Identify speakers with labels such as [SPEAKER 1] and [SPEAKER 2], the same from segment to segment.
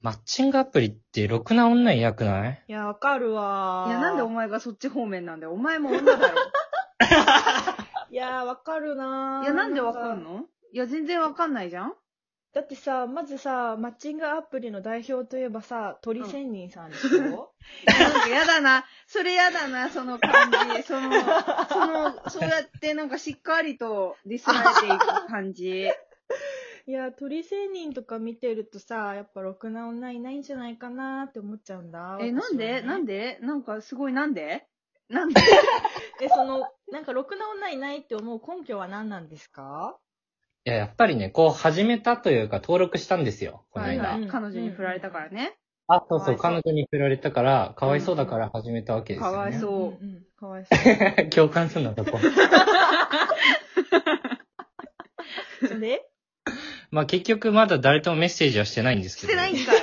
[SPEAKER 1] マッチングアプリってろくな女いなくない
[SPEAKER 2] いや、わかるわ
[SPEAKER 3] い
[SPEAKER 2] ー。
[SPEAKER 3] や、なんでお前がそっち方面なんだよ。お前も女だろ。
[SPEAKER 2] いやー、わかるなー。
[SPEAKER 3] いや、なんでわかん
[SPEAKER 2] の
[SPEAKER 3] のいや、全然わかんないじゃん
[SPEAKER 2] だってさ、まずさ、マッチングアプリの代表といえばさ、鳥仙人さんでしょ、
[SPEAKER 3] なんかやだな。それやだな、その感じ。その、その、そうやってなんかしっかりとディスられていく感 じ。
[SPEAKER 2] いや、鳥仙人とか見てるとさ、やっぱろくな女いないんじゃないかなーって思っちゃうんだ。
[SPEAKER 3] え、なんでなん
[SPEAKER 2] で
[SPEAKER 3] でなんかすごいなんでなんで
[SPEAKER 2] え、その、なんかろくな女いないって思う根拠は何なんですか
[SPEAKER 1] いや、やっぱりね、こう始めたというか登録したんですよ、この
[SPEAKER 3] はい
[SPEAKER 1] 間。
[SPEAKER 3] は
[SPEAKER 2] うん
[SPEAKER 3] い。彼女に振られたからね。
[SPEAKER 1] あ、そう
[SPEAKER 2] かわ
[SPEAKER 1] そ、
[SPEAKER 2] いうそう
[SPEAKER 1] 彼女に振られたから、かわいそうだから始めたわけですよ、ね。
[SPEAKER 3] かわいそう
[SPEAKER 2] うんうん、かわいそう。
[SPEAKER 1] 共感するな、そこ。
[SPEAKER 2] それ
[SPEAKER 1] まあ結局まだ誰ともメッセージはしてないんです
[SPEAKER 3] し
[SPEAKER 1] けど。
[SPEAKER 3] てないんかい。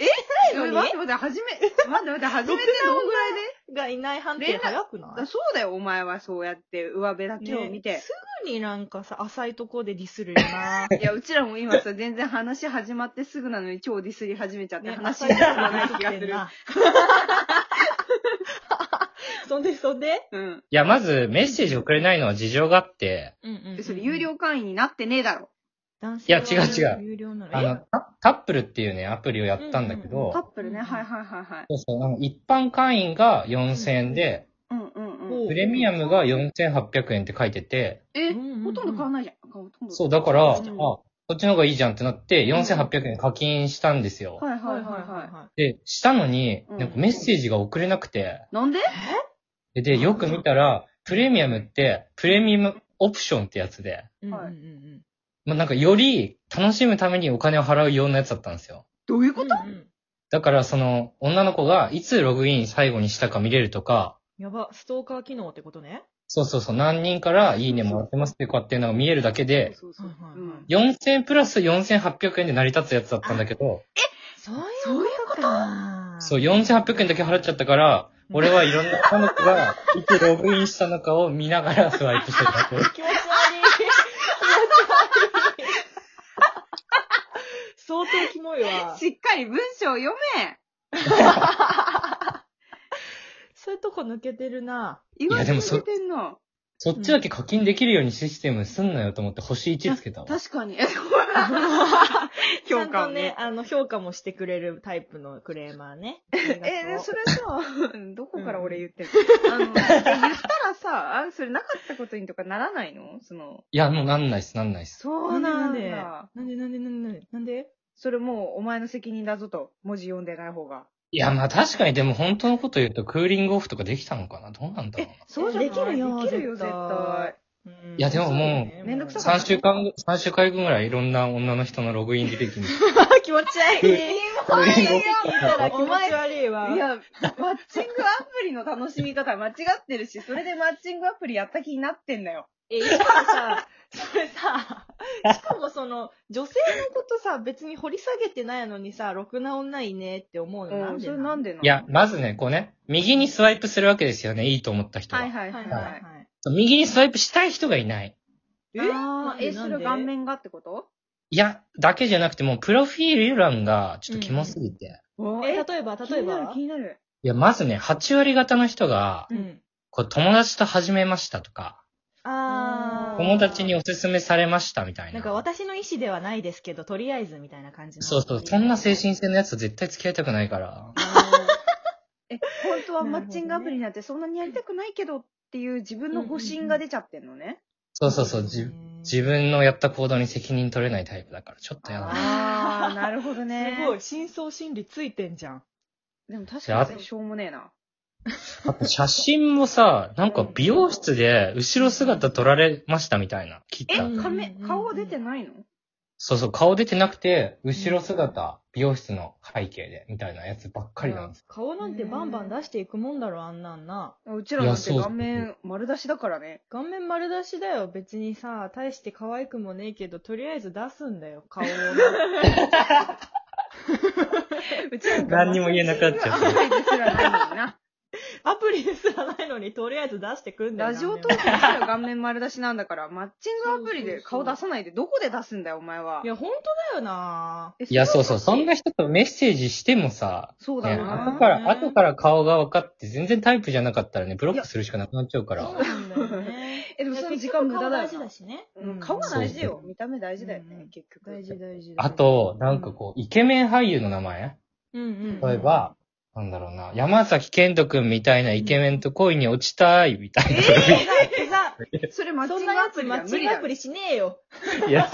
[SPEAKER 3] えして
[SPEAKER 2] ないのに
[SPEAKER 3] 待って待って、初め、待って待って、初めてどんぐらいで
[SPEAKER 2] がいない判定早くない
[SPEAKER 3] だそうだよ、お前はそうやって上辺だけを見て。
[SPEAKER 2] ねすぐになんかさ、浅いとこでディスるよな。
[SPEAKER 3] いや、うちらも今さ、全然話始まってすぐなのに超ディスり始めちゃって、
[SPEAKER 2] ね、
[SPEAKER 3] 話
[SPEAKER 2] 浅い
[SPEAKER 3] が進
[SPEAKER 2] とこ
[SPEAKER 3] まない
[SPEAKER 2] で
[SPEAKER 3] 気
[SPEAKER 2] ディ
[SPEAKER 3] が
[SPEAKER 2] スっ
[SPEAKER 3] す
[SPEAKER 2] てん
[SPEAKER 3] る。
[SPEAKER 2] な。 そんで、そんで
[SPEAKER 3] うん。
[SPEAKER 1] いや、まずメッセージ送れないのは事情があって、
[SPEAKER 2] うんうん
[SPEAKER 3] それ、有料会員になってねえだろ。
[SPEAKER 2] 男性はい
[SPEAKER 1] や違う違う
[SPEAKER 2] 有料なの。
[SPEAKER 1] あの
[SPEAKER 2] え、
[SPEAKER 1] タタップルっていうね、アプリをやったんだけ
[SPEAKER 2] うんうん
[SPEAKER 1] ど、
[SPEAKER 2] うん
[SPEAKER 3] カップルね、はいはいはいはい。
[SPEAKER 1] そうそうあの一般会員が4000円で、
[SPEAKER 3] うんうんうん。
[SPEAKER 1] プレミアムが4800円って書いてて、
[SPEAKER 3] え、
[SPEAKER 2] うんうんうん
[SPEAKER 3] ほとんど変わんないじゃん。ほとんど。
[SPEAKER 1] そう、だから、あ、
[SPEAKER 2] うん
[SPEAKER 1] こっちの方がいいじゃんってなって、4800円課金したんですよ。
[SPEAKER 3] はいはいは
[SPEAKER 2] はい
[SPEAKER 3] いは
[SPEAKER 2] はい
[SPEAKER 3] い。
[SPEAKER 2] は
[SPEAKER 1] で、したのに、
[SPEAKER 3] うん
[SPEAKER 1] なんかメッセージが送れなくて、
[SPEAKER 3] なんで
[SPEAKER 1] で、でよく見たら、プレミアムって、プレミアムオプションってやつで、
[SPEAKER 2] い。うんうん
[SPEAKER 3] はい
[SPEAKER 2] うん
[SPEAKER 1] まあ、なんかより楽しむためにお金を払うようなやつだったんですよ。
[SPEAKER 3] どういう
[SPEAKER 2] う
[SPEAKER 3] こ
[SPEAKER 2] ん。
[SPEAKER 3] と
[SPEAKER 2] うんうん
[SPEAKER 1] だから、その、女の子がいつログイン最後にしたか見れるとか、
[SPEAKER 2] やば、ストーカー機能ってことね。
[SPEAKER 1] そうそうそう、何人からいいねもらってますっていうかっていうのが見えるだけで、
[SPEAKER 3] そうそうそう。
[SPEAKER 2] はいはいはい
[SPEAKER 3] うん
[SPEAKER 1] 4000プラス4800円で成り立つやつだったんだけど、
[SPEAKER 2] そういう
[SPEAKER 3] そういう
[SPEAKER 2] ことか。
[SPEAKER 1] そう、4800円だけ払っちゃったから、俺はいろんな彼女がいつログインしたのかを見ながらスワイプしてたっていう。
[SPEAKER 2] 気持ち悪い。気持ち悪い。 相当キモいわ。
[SPEAKER 3] しっかり文章読め
[SPEAKER 2] そういうとこ抜けてるな。
[SPEAKER 3] 言わ
[SPEAKER 1] いやでも
[SPEAKER 3] せ
[SPEAKER 1] そ
[SPEAKER 3] てんの。
[SPEAKER 1] そっちだけ課金できるようにシステムすんなよと思って星1つけたわ。
[SPEAKER 3] 確かに。
[SPEAKER 2] ち
[SPEAKER 3] え、
[SPEAKER 2] ゃ
[SPEAKER 3] 評
[SPEAKER 2] ん
[SPEAKER 3] 価
[SPEAKER 2] と
[SPEAKER 3] を
[SPEAKER 2] ね
[SPEAKER 3] ね、。
[SPEAKER 2] あの、評価もしてくれるタイプのクレーマー ね。
[SPEAKER 3] え、そ
[SPEAKER 2] れ、
[SPEAKER 3] れさ、どこから俺言ってるの、あの、え言ったらさ、あそれなかったことにとかならないのその、
[SPEAKER 1] いや、もうなんないっす、なんないっす。
[SPEAKER 3] そ
[SPEAKER 2] そう
[SPEAKER 3] うな
[SPEAKER 2] なん
[SPEAKER 3] ん
[SPEAKER 2] で
[SPEAKER 3] だ。。
[SPEAKER 2] なんでなんでなんでなんでなんで
[SPEAKER 3] それもうお前の責任だぞと、文字読んでない方が。
[SPEAKER 1] いや、まあ確かにでも本当のこと言うとクーリングオフとかできたのかなどうなんだろうな。
[SPEAKER 3] そうじゃない
[SPEAKER 2] できるよ
[SPEAKER 3] できるよ、絶
[SPEAKER 2] 絶
[SPEAKER 3] 対
[SPEAKER 2] 対。
[SPEAKER 1] いやでももう
[SPEAKER 3] めんどくさかった
[SPEAKER 1] 3週間ぐ、三週間ぐらいいろんな女の人のログイン履歴に。
[SPEAKER 2] あ気持ち悪い。
[SPEAKER 1] モ いよ
[SPEAKER 2] 気持ち悪いわ。
[SPEAKER 3] いや、マッチングアプリの楽しみ方間違ってるし、それでマッチングアプリやった気になってんだよ。
[SPEAKER 2] え、しかもさ、それさ、しかもその、女性のことさ、別に掘り下げてないのにさ、ろくな女いねって思うのな
[SPEAKER 3] うんん、
[SPEAKER 2] で
[SPEAKER 3] それなんでなの
[SPEAKER 1] いや、まずね、こうね、右にスワイプするわけですよね、いいと思った人は。
[SPEAKER 3] はいはいは
[SPEAKER 2] はい
[SPEAKER 3] い。
[SPEAKER 2] は
[SPEAKER 3] はいい、
[SPEAKER 2] はい。
[SPEAKER 1] 右にスワイプしたい人がいない。
[SPEAKER 2] え
[SPEAKER 3] あーえ、それ顔面がってこと
[SPEAKER 1] いや、だけじゃなくてもう、プロフィール欄がちょっとキモすぎて。
[SPEAKER 2] え、例えば、例えば
[SPEAKER 3] 気。になる、
[SPEAKER 1] いや、まずね、8割方の人が、
[SPEAKER 3] 気になる。
[SPEAKER 1] こう友達と始めましたとか、
[SPEAKER 2] あー。
[SPEAKER 1] 友達におすすめされましたみたいな。
[SPEAKER 2] なんか私の意思ではないですけど、とりあえずみたいな感じの。
[SPEAKER 1] そうそう、そんな精。神性のやつと絶対付き合いたくないから。
[SPEAKER 3] え、本当はマッチングアプリなんてそんなにやりたくないけどっていう自分の誤信が出ちゃってんのね。
[SPEAKER 1] そうそうそう、じ自分のやった行動に責任取れないタイプだから、ちょっとやだな。
[SPEAKER 3] ああ、なるほどね。
[SPEAKER 2] すごい、深層心理ついてんじゃん。
[SPEAKER 3] でも確かにそれしょうもねえな。
[SPEAKER 1] あと写真もさ、なんか美容室で後ろ姿撮られましたみたいな、切っ
[SPEAKER 3] え、
[SPEAKER 1] た。
[SPEAKER 2] うん
[SPEAKER 3] 顔面顔は出てないの
[SPEAKER 1] そうそう、顔出てなくて、後ろ姿、美容室の背景で、みたいなやつばっかりなんです。
[SPEAKER 2] 顔なんてバンバン出していくもんだろ、あんなんな。
[SPEAKER 3] うちらなんて
[SPEAKER 1] いやそう
[SPEAKER 3] 顔面丸出しだからね。
[SPEAKER 2] 顔面丸出しだよ。別にさ、大して可愛くもねえけど、とりあえず出すんだよ、顔を。
[SPEAKER 3] うちら
[SPEAKER 1] 何にも言えなくなっちゃう
[SPEAKER 3] う。うちらないもんな。
[SPEAKER 2] アプリですらないのに、とりあえず出してくんだよ。
[SPEAKER 3] ラジオトークにしたら顔面丸出しなんだから、マッチングアプリで顔出さないで、どこで出すんだよ、お前は。。
[SPEAKER 2] いや、本当だよない
[SPEAKER 1] や、そううそう、そんな人とメッセージしてもさ、
[SPEAKER 3] そうだ
[SPEAKER 1] ね、
[SPEAKER 3] な。
[SPEAKER 1] 後から、後から顔が分かって全然タイプじゃなかったらね、ブロックするしかなくなっちゃうか
[SPEAKER 2] そう
[SPEAKER 1] ら。
[SPEAKER 2] なんだよね。
[SPEAKER 3] え、でもその時間無駄だよ
[SPEAKER 2] 結局顔大事
[SPEAKER 3] な
[SPEAKER 2] だ。しね。
[SPEAKER 3] うん顔が大事
[SPEAKER 1] そう
[SPEAKER 3] よ
[SPEAKER 1] そ。
[SPEAKER 3] 見た目大事だよね、
[SPEAKER 2] うん
[SPEAKER 3] 結 局。
[SPEAKER 2] 大事大事。
[SPEAKER 1] あ、と、なんかこう、イケメン俳優の名前
[SPEAKER 2] うんうん。
[SPEAKER 1] 例え ば、なんだろうな、山崎賢人くんみたいなイケメンと恋に落ちたいみたい
[SPEAKER 2] えー、えざ、
[SPEAKER 3] それマッ
[SPEAKER 2] そ
[SPEAKER 3] チ
[SPEAKER 2] ん
[SPEAKER 3] ング
[SPEAKER 2] な
[SPEAKER 3] ア
[SPEAKER 2] や
[SPEAKER 3] プ
[SPEAKER 2] つ
[SPEAKER 3] リ
[SPEAKER 2] マ
[SPEAKER 3] だ
[SPEAKER 2] ッ
[SPEAKER 3] よ無
[SPEAKER 2] チン
[SPEAKER 3] 理
[SPEAKER 2] グ
[SPEAKER 3] だ
[SPEAKER 2] ア
[SPEAKER 3] よ
[SPEAKER 2] プリしねえよ。
[SPEAKER 1] な。いや、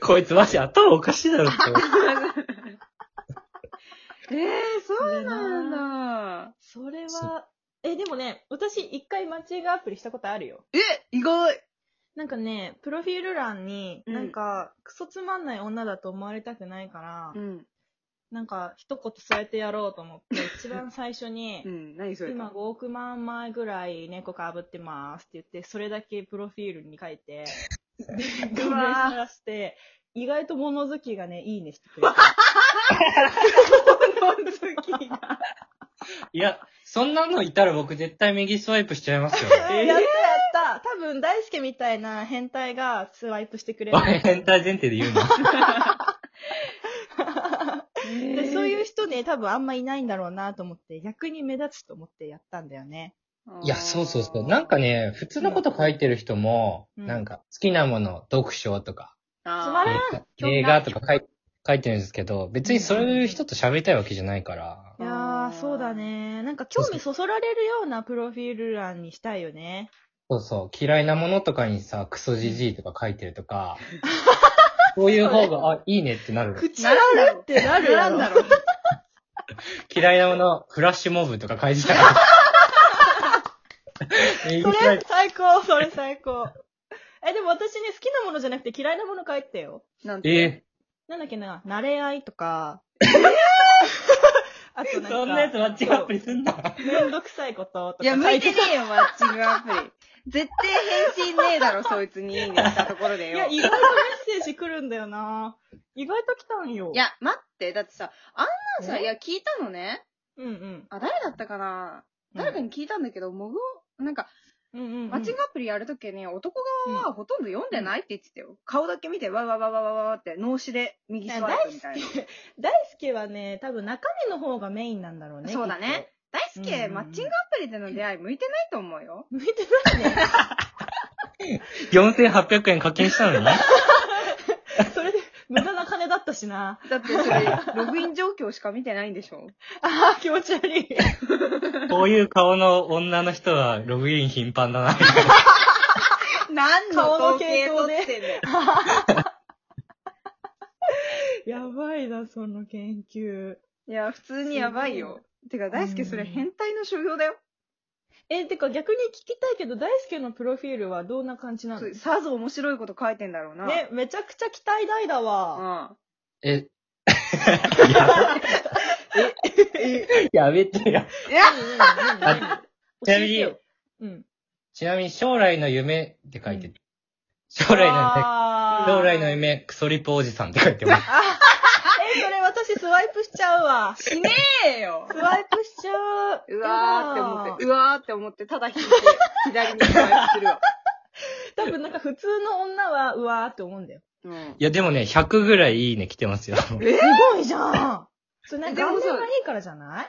[SPEAKER 1] こいつマジ頭おかしいだ ろって。
[SPEAKER 3] えー、そうなんだ。
[SPEAKER 2] それ
[SPEAKER 1] そう
[SPEAKER 2] は、え、でもね、私一回マッチングアプリしたことあるよ。
[SPEAKER 3] え、意外。
[SPEAKER 2] なんかね、プロフィール欄に、
[SPEAKER 3] うん
[SPEAKER 2] なんか、クソつまんない女だと思われたくないから、
[SPEAKER 3] うん。
[SPEAKER 2] なんか、一言添えてやろうと思 って、一番最初に
[SPEAKER 3] う、ん、何それ。
[SPEAKER 2] 今5億万枚ぐらい猫かぶってますって言って、それだけプロフィールに書い て、で、画面探して、意外と物好きがね、いいねしてくれた。
[SPEAKER 3] 物好きが。
[SPEAKER 1] いや、そんなのいたら僕絶対右スワイプしちゃい ますよ。
[SPEAKER 3] えー
[SPEAKER 2] やったやった多分、大輔みたいな変態がスワイプしてくれる
[SPEAKER 1] お。い変態前提で言うな。
[SPEAKER 2] で
[SPEAKER 3] で、
[SPEAKER 2] そういうう人ね、多分あんまいないんだろうなと思って、逆に目立つと思ってやったんだよね。
[SPEAKER 1] いや、そうそうそう。なんか
[SPEAKER 3] ね、
[SPEAKER 1] ね、普通のこと書いてる人も、
[SPEAKER 2] うん
[SPEAKER 1] なんか、好きなもの、読書とか、
[SPEAKER 3] つ
[SPEAKER 2] つまらん興味ない
[SPEAKER 1] 映画とか書い書いてるんですけど、別にそういう人と喋りたいわけじゃないから。
[SPEAKER 2] い
[SPEAKER 3] あー
[SPEAKER 2] やー、そうだね。なんか興味そそられるようなプロフィール欄にしたいよね。
[SPEAKER 1] そうそう、嫌いなものとかにさ、クソじじいとか書いてるとか、そういう方が、あ、いいねってなる。
[SPEAKER 2] 口
[SPEAKER 3] な
[SPEAKER 2] 悪
[SPEAKER 3] らんだろ
[SPEAKER 2] いってなるや
[SPEAKER 3] なんだ
[SPEAKER 2] ろ。
[SPEAKER 3] ろう。
[SPEAKER 1] 嫌いなもの、フラッシュモブとか書いてたら。右
[SPEAKER 2] そ
[SPEAKER 1] スワイ
[SPEAKER 2] れ
[SPEAKER 1] プ
[SPEAKER 2] 最 高、それ最高。え、でも私ね、好きなものじゃなくて嫌いなもの書いてよ。
[SPEAKER 3] なんて。
[SPEAKER 1] え
[SPEAKER 2] なんだっけな、慣れ合いとか。 あと
[SPEAKER 1] ー、
[SPEAKER 2] なんか、
[SPEAKER 1] そんなやつマッチングアプリすんな。
[SPEAKER 2] めんどくさいこととか
[SPEAKER 3] いや、向
[SPEAKER 2] 書
[SPEAKER 3] い
[SPEAKER 2] い
[SPEAKER 3] て
[SPEAKER 2] て
[SPEAKER 3] ねえよ、マッチングアプリ。絶対返信ねえだろ、そいつにいいねしたところで
[SPEAKER 2] い
[SPEAKER 3] よ。
[SPEAKER 2] や、意
[SPEAKER 3] い
[SPEAKER 2] 外とメッセージ来るんだよな。意外と来たんよ。、
[SPEAKER 3] や、待って、だってさ、あんなんさ、いや、聞いたのね。
[SPEAKER 2] うんうん。
[SPEAKER 3] あ、誰だったかな誰かに聞いたんだけど、もぐ、なんか、
[SPEAKER 2] うんうんうん、
[SPEAKER 3] マッチングアプリやるときに男側はほとんど読んでないって言ってたよ。顔だけ見て、わわわわわわって、脳死で右スワイプみたいな。
[SPEAKER 2] 大輔はね、多分中身の方がメインなんだろうね。
[SPEAKER 3] そうだ
[SPEAKER 2] きっ
[SPEAKER 3] ね
[SPEAKER 2] と。。
[SPEAKER 3] 大好き、
[SPEAKER 2] うんうん
[SPEAKER 3] マッチングアプリでの出会い向いてないと思うよ。
[SPEAKER 2] 向いてないね。
[SPEAKER 1] 4800円課金したのに
[SPEAKER 2] それで、無駄な金だったしな。
[SPEAKER 3] だってそれ、ログイン状況しか見てないんでしょ
[SPEAKER 2] ああ、気持ち悪い。
[SPEAKER 1] こういう顔の女の人はログイン頻繁だな。
[SPEAKER 3] 何
[SPEAKER 2] の
[SPEAKER 3] の
[SPEAKER 2] 統
[SPEAKER 3] 統計
[SPEAKER 2] 計
[SPEAKER 3] 取
[SPEAKER 2] 取
[SPEAKER 3] っ
[SPEAKER 2] って
[SPEAKER 3] んだよ。
[SPEAKER 2] やばいな、その研究。
[SPEAKER 3] いや、普通にやばいよ。てか、大輔それ
[SPEAKER 2] うん
[SPEAKER 3] 変態の所業だよ。
[SPEAKER 2] え、てか逆に聞きたいけど、大輔のプロフィールはどんな感じなの
[SPEAKER 3] そうさぞ面白いこと書いてんだろうな。
[SPEAKER 2] ね、めちゃくちゃ期待大だわ。
[SPEAKER 3] う
[SPEAKER 1] え、ややめてよ。
[SPEAKER 3] ん。いや、
[SPEAKER 2] 何何何何
[SPEAKER 1] ちなみに
[SPEAKER 2] 教えてようん。
[SPEAKER 1] ちなみに将来の夢って書いてる。将来の夢、
[SPEAKER 2] あー
[SPEAKER 1] 将来の夢、クソリポおじさんって書いて ます。
[SPEAKER 2] え、それ私スワイプしちゃうわ。
[SPEAKER 3] しねえよ
[SPEAKER 2] ス。ワイプしちゃう。
[SPEAKER 3] うわーって思っ
[SPEAKER 2] て。
[SPEAKER 3] て、うわーって思って、ただ引いて、左にスワイプするわ。
[SPEAKER 2] 多分なんか普通の女は、うわーって思うんだよ。
[SPEAKER 3] うん。
[SPEAKER 1] いや、でもね、100ぐらいいいね来てますよ。
[SPEAKER 3] え
[SPEAKER 2] すごいじゃんそれなんか
[SPEAKER 3] でも
[SPEAKER 2] 顔
[SPEAKER 3] さ
[SPEAKER 2] 面がいいからじゃない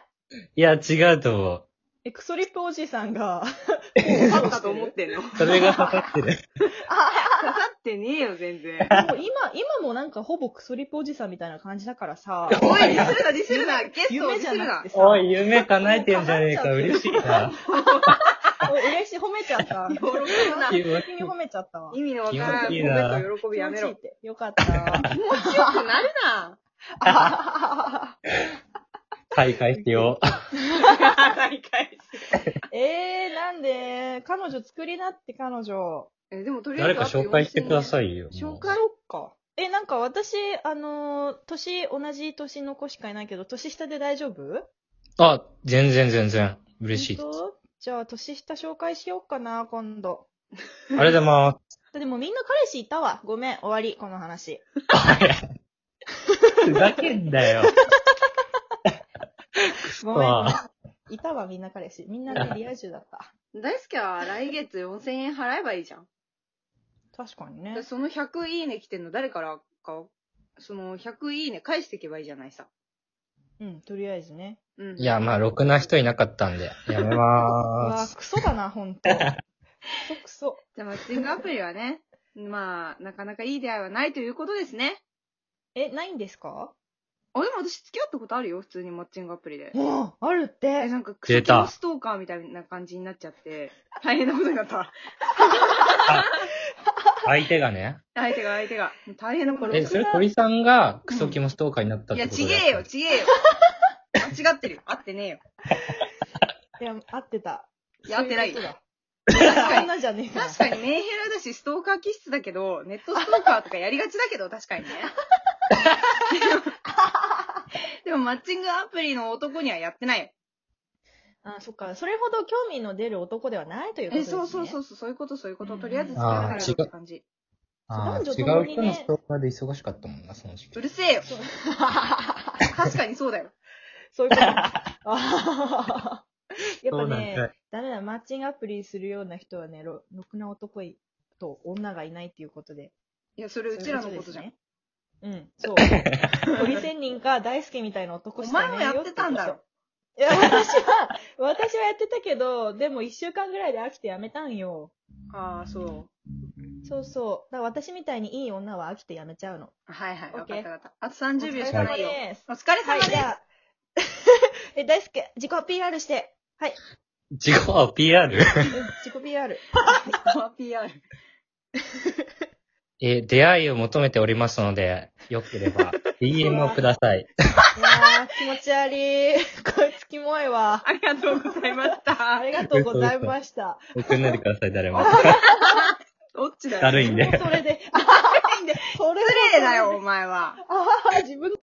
[SPEAKER 1] いや、違うと思う。
[SPEAKER 2] え、クソリップおじさんが、
[SPEAKER 3] あったと思ってんの刺
[SPEAKER 1] それ が刺さってる。
[SPEAKER 3] さってねえよ、全然。
[SPEAKER 2] でも今、今もなんかほぼクソリップおじさんみたいな感じだからさ、
[SPEAKER 3] おい、ディスるな、ディスるな、ゲストをデ
[SPEAKER 2] 夢
[SPEAKER 3] ィ
[SPEAKER 2] じ
[SPEAKER 3] ス
[SPEAKER 2] ゃ
[SPEAKER 3] る
[SPEAKER 2] な
[SPEAKER 3] な
[SPEAKER 2] くて。さ、
[SPEAKER 1] おい、夢叶えてんじゃねえか、嬉しいな。
[SPEAKER 2] お嬉しい、褒めちゃった。
[SPEAKER 3] 喜ぶな
[SPEAKER 1] 気持
[SPEAKER 2] 急に褒めちゃったわ。
[SPEAKER 3] 意味のわから
[SPEAKER 1] 気持
[SPEAKER 3] ん、
[SPEAKER 1] ちいいな
[SPEAKER 3] 褒めと喜びやめ
[SPEAKER 2] 気持
[SPEAKER 3] ろ
[SPEAKER 2] ち。いいってよかった。
[SPEAKER 3] 気持ちよくなるな。
[SPEAKER 1] 大会しよう。
[SPEAKER 3] 大会
[SPEAKER 2] えー、なんで、彼女作りなって彼女。
[SPEAKER 3] え、でもとりあえ
[SPEAKER 1] 誰
[SPEAKER 3] ず。
[SPEAKER 1] か紹介してくださ
[SPEAKER 3] い。
[SPEAKER 1] いよ。
[SPEAKER 3] 紹
[SPEAKER 2] そ
[SPEAKER 3] 介
[SPEAKER 2] っか。え、なんか私、あのー年、同じ年の子しかいないけど、年下で大丈夫
[SPEAKER 1] あ、全然全然。嬉しいです。
[SPEAKER 2] 本当じゃあ、年下紹介しようかな、今度。
[SPEAKER 1] ありがとうございます。
[SPEAKER 2] でもみんな彼氏いたわ。ごめん、終わり、この話。
[SPEAKER 1] ふざけんだよ。
[SPEAKER 2] ごめんごめん。いたわ、みんな彼氏。みん なね、リア充だった。
[SPEAKER 3] 大輔は来月4000円払えばいいじゃん。
[SPEAKER 2] 確かに
[SPEAKER 3] だ
[SPEAKER 2] ね
[SPEAKER 3] から。その100いいね来てんの誰からか、その100いいね返していけばいいじゃないさ。
[SPEAKER 2] うん、とりあえずね。
[SPEAKER 3] うん。
[SPEAKER 1] いや、まあ、ろくな人いなかったんで、やめ
[SPEAKER 2] う
[SPEAKER 1] ま
[SPEAKER 2] わ
[SPEAKER 1] ーす。
[SPEAKER 2] クソだな、ほんと。クソクソ。
[SPEAKER 3] じゃあマッチングアプリはね、 まあ、なかなかいい出会いはないということですね。
[SPEAKER 2] え、ないんですか
[SPEAKER 3] あ、でも私付き合ったことあるよ、普通にマッチングアプリで。
[SPEAKER 2] もう、あるっ
[SPEAKER 3] え、
[SPEAKER 2] て。
[SPEAKER 3] なんか、ク
[SPEAKER 1] 出
[SPEAKER 3] ソ
[SPEAKER 1] た
[SPEAKER 3] ストーカーみたいな感じになっちゃって、大変なことになった。
[SPEAKER 1] 相手がね。
[SPEAKER 3] 相手が相手が。もう大変なことに
[SPEAKER 1] え、
[SPEAKER 3] なっ
[SPEAKER 1] そ
[SPEAKER 3] ちゃっ
[SPEAKER 1] れ鳥さんがクソキモストーカーになった
[SPEAKER 3] た。
[SPEAKER 1] って
[SPEAKER 3] いや、
[SPEAKER 1] こと
[SPEAKER 3] ちげえよ、ちげ えよ。間違ってるよ。合ってねえよ。
[SPEAKER 2] いや、合ってた。
[SPEAKER 3] いや合ってない
[SPEAKER 2] そううこと
[SPEAKER 3] 確
[SPEAKER 2] だ
[SPEAKER 3] か
[SPEAKER 2] そん
[SPEAKER 3] に。
[SPEAKER 2] なじゃねえか
[SPEAKER 3] 確かにメンヘラだし、ストーカー気質だけど、ネットストーカーとかやりがちだけど、確かにね。 でも、でもマッチングアプリの男にはやってないよ。
[SPEAKER 2] あ、そっか。それほど興味の出る男ではないということ
[SPEAKER 3] え、
[SPEAKER 2] ですね。。
[SPEAKER 3] そうそうそううそう、そういうこと、そういうこ
[SPEAKER 2] う
[SPEAKER 3] と。
[SPEAKER 2] ん
[SPEAKER 3] とりあえず付き合わなきゃって感じ。
[SPEAKER 1] あー
[SPEAKER 2] 男女共
[SPEAKER 1] 違う
[SPEAKER 2] に
[SPEAKER 1] 人
[SPEAKER 2] ね
[SPEAKER 1] のストーカーで忙しかったもんな、その時期
[SPEAKER 3] う。るせえよ。確かにそうだよ。
[SPEAKER 2] そういう こと。あーやっ
[SPEAKER 1] そ
[SPEAKER 2] ぱね
[SPEAKER 1] うなんかい、
[SPEAKER 2] ダメだ、マッチングアプリするような人はね、ろろくな男と女がいないっていうことで。
[SPEAKER 3] いや、それうちらのことじゃん。
[SPEAKER 2] そういうことですね。 うん、そう。鳥仙人か大輔みたいな男しかいないよ
[SPEAKER 3] お前もやってたんだろ
[SPEAKER 2] いや、私は、私はやってたけど、でも一週間ぐらいで飽きてやめたんよ。
[SPEAKER 3] ああ、そう。
[SPEAKER 2] そうそう。だから私みたいにいい女は飽きてやめちゃうの。
[SPEAKER 3] はいはい。
[SPEAKER 2] オ
[SPEAKER 3] わ
[SPEAKER 2] ッケー
[SPEAKER 3] かったわかった。あと30秒し
[SPEAKER 2] お
[SPEAKER 3] か
[SPEAKER 2] 疲
[SPEAKER 3] ない
[SPEAKER 2] れ
[SPEAKER 3] よ。
[SPEAKER 2] 様です。
[SPEAKER 3] お疲れ
[SPEAKER 2] は
[SPEAKER 3] 様
[SPEAKER 2] い、
[SPEAKER 3] です。
[SPEAKER 2] じゃあ。 え、大輔、自己 PR して。はい。
[SPEAKER 1] 自己 PR?
[SPEAKER 2] うん自己 PR。
[SPEAKER 3] PR。
[SPEAKER 1] え、出会いを求めておりますので、よけれ ば、DM をください。
[SPEAKER 2] いやー、気持ち悪い。こいつキモいわ。
[SPEAKER 3] ありがとうございまし
[SPEAKER 2] あ
[SPEAKER 3] た。
[SPEAKER 2] りがとうございま した。
[SPEAKER 1] 送んないでください、誰も。
[SPEAKER 3] どっちだよ。
[SPEAKER 1] だるいんで
[SPEAKER 2] もう。それで、あははは
[SPEAKER 3] 失礼だよ、お前は。
[SPEAKER 2] あはは、自分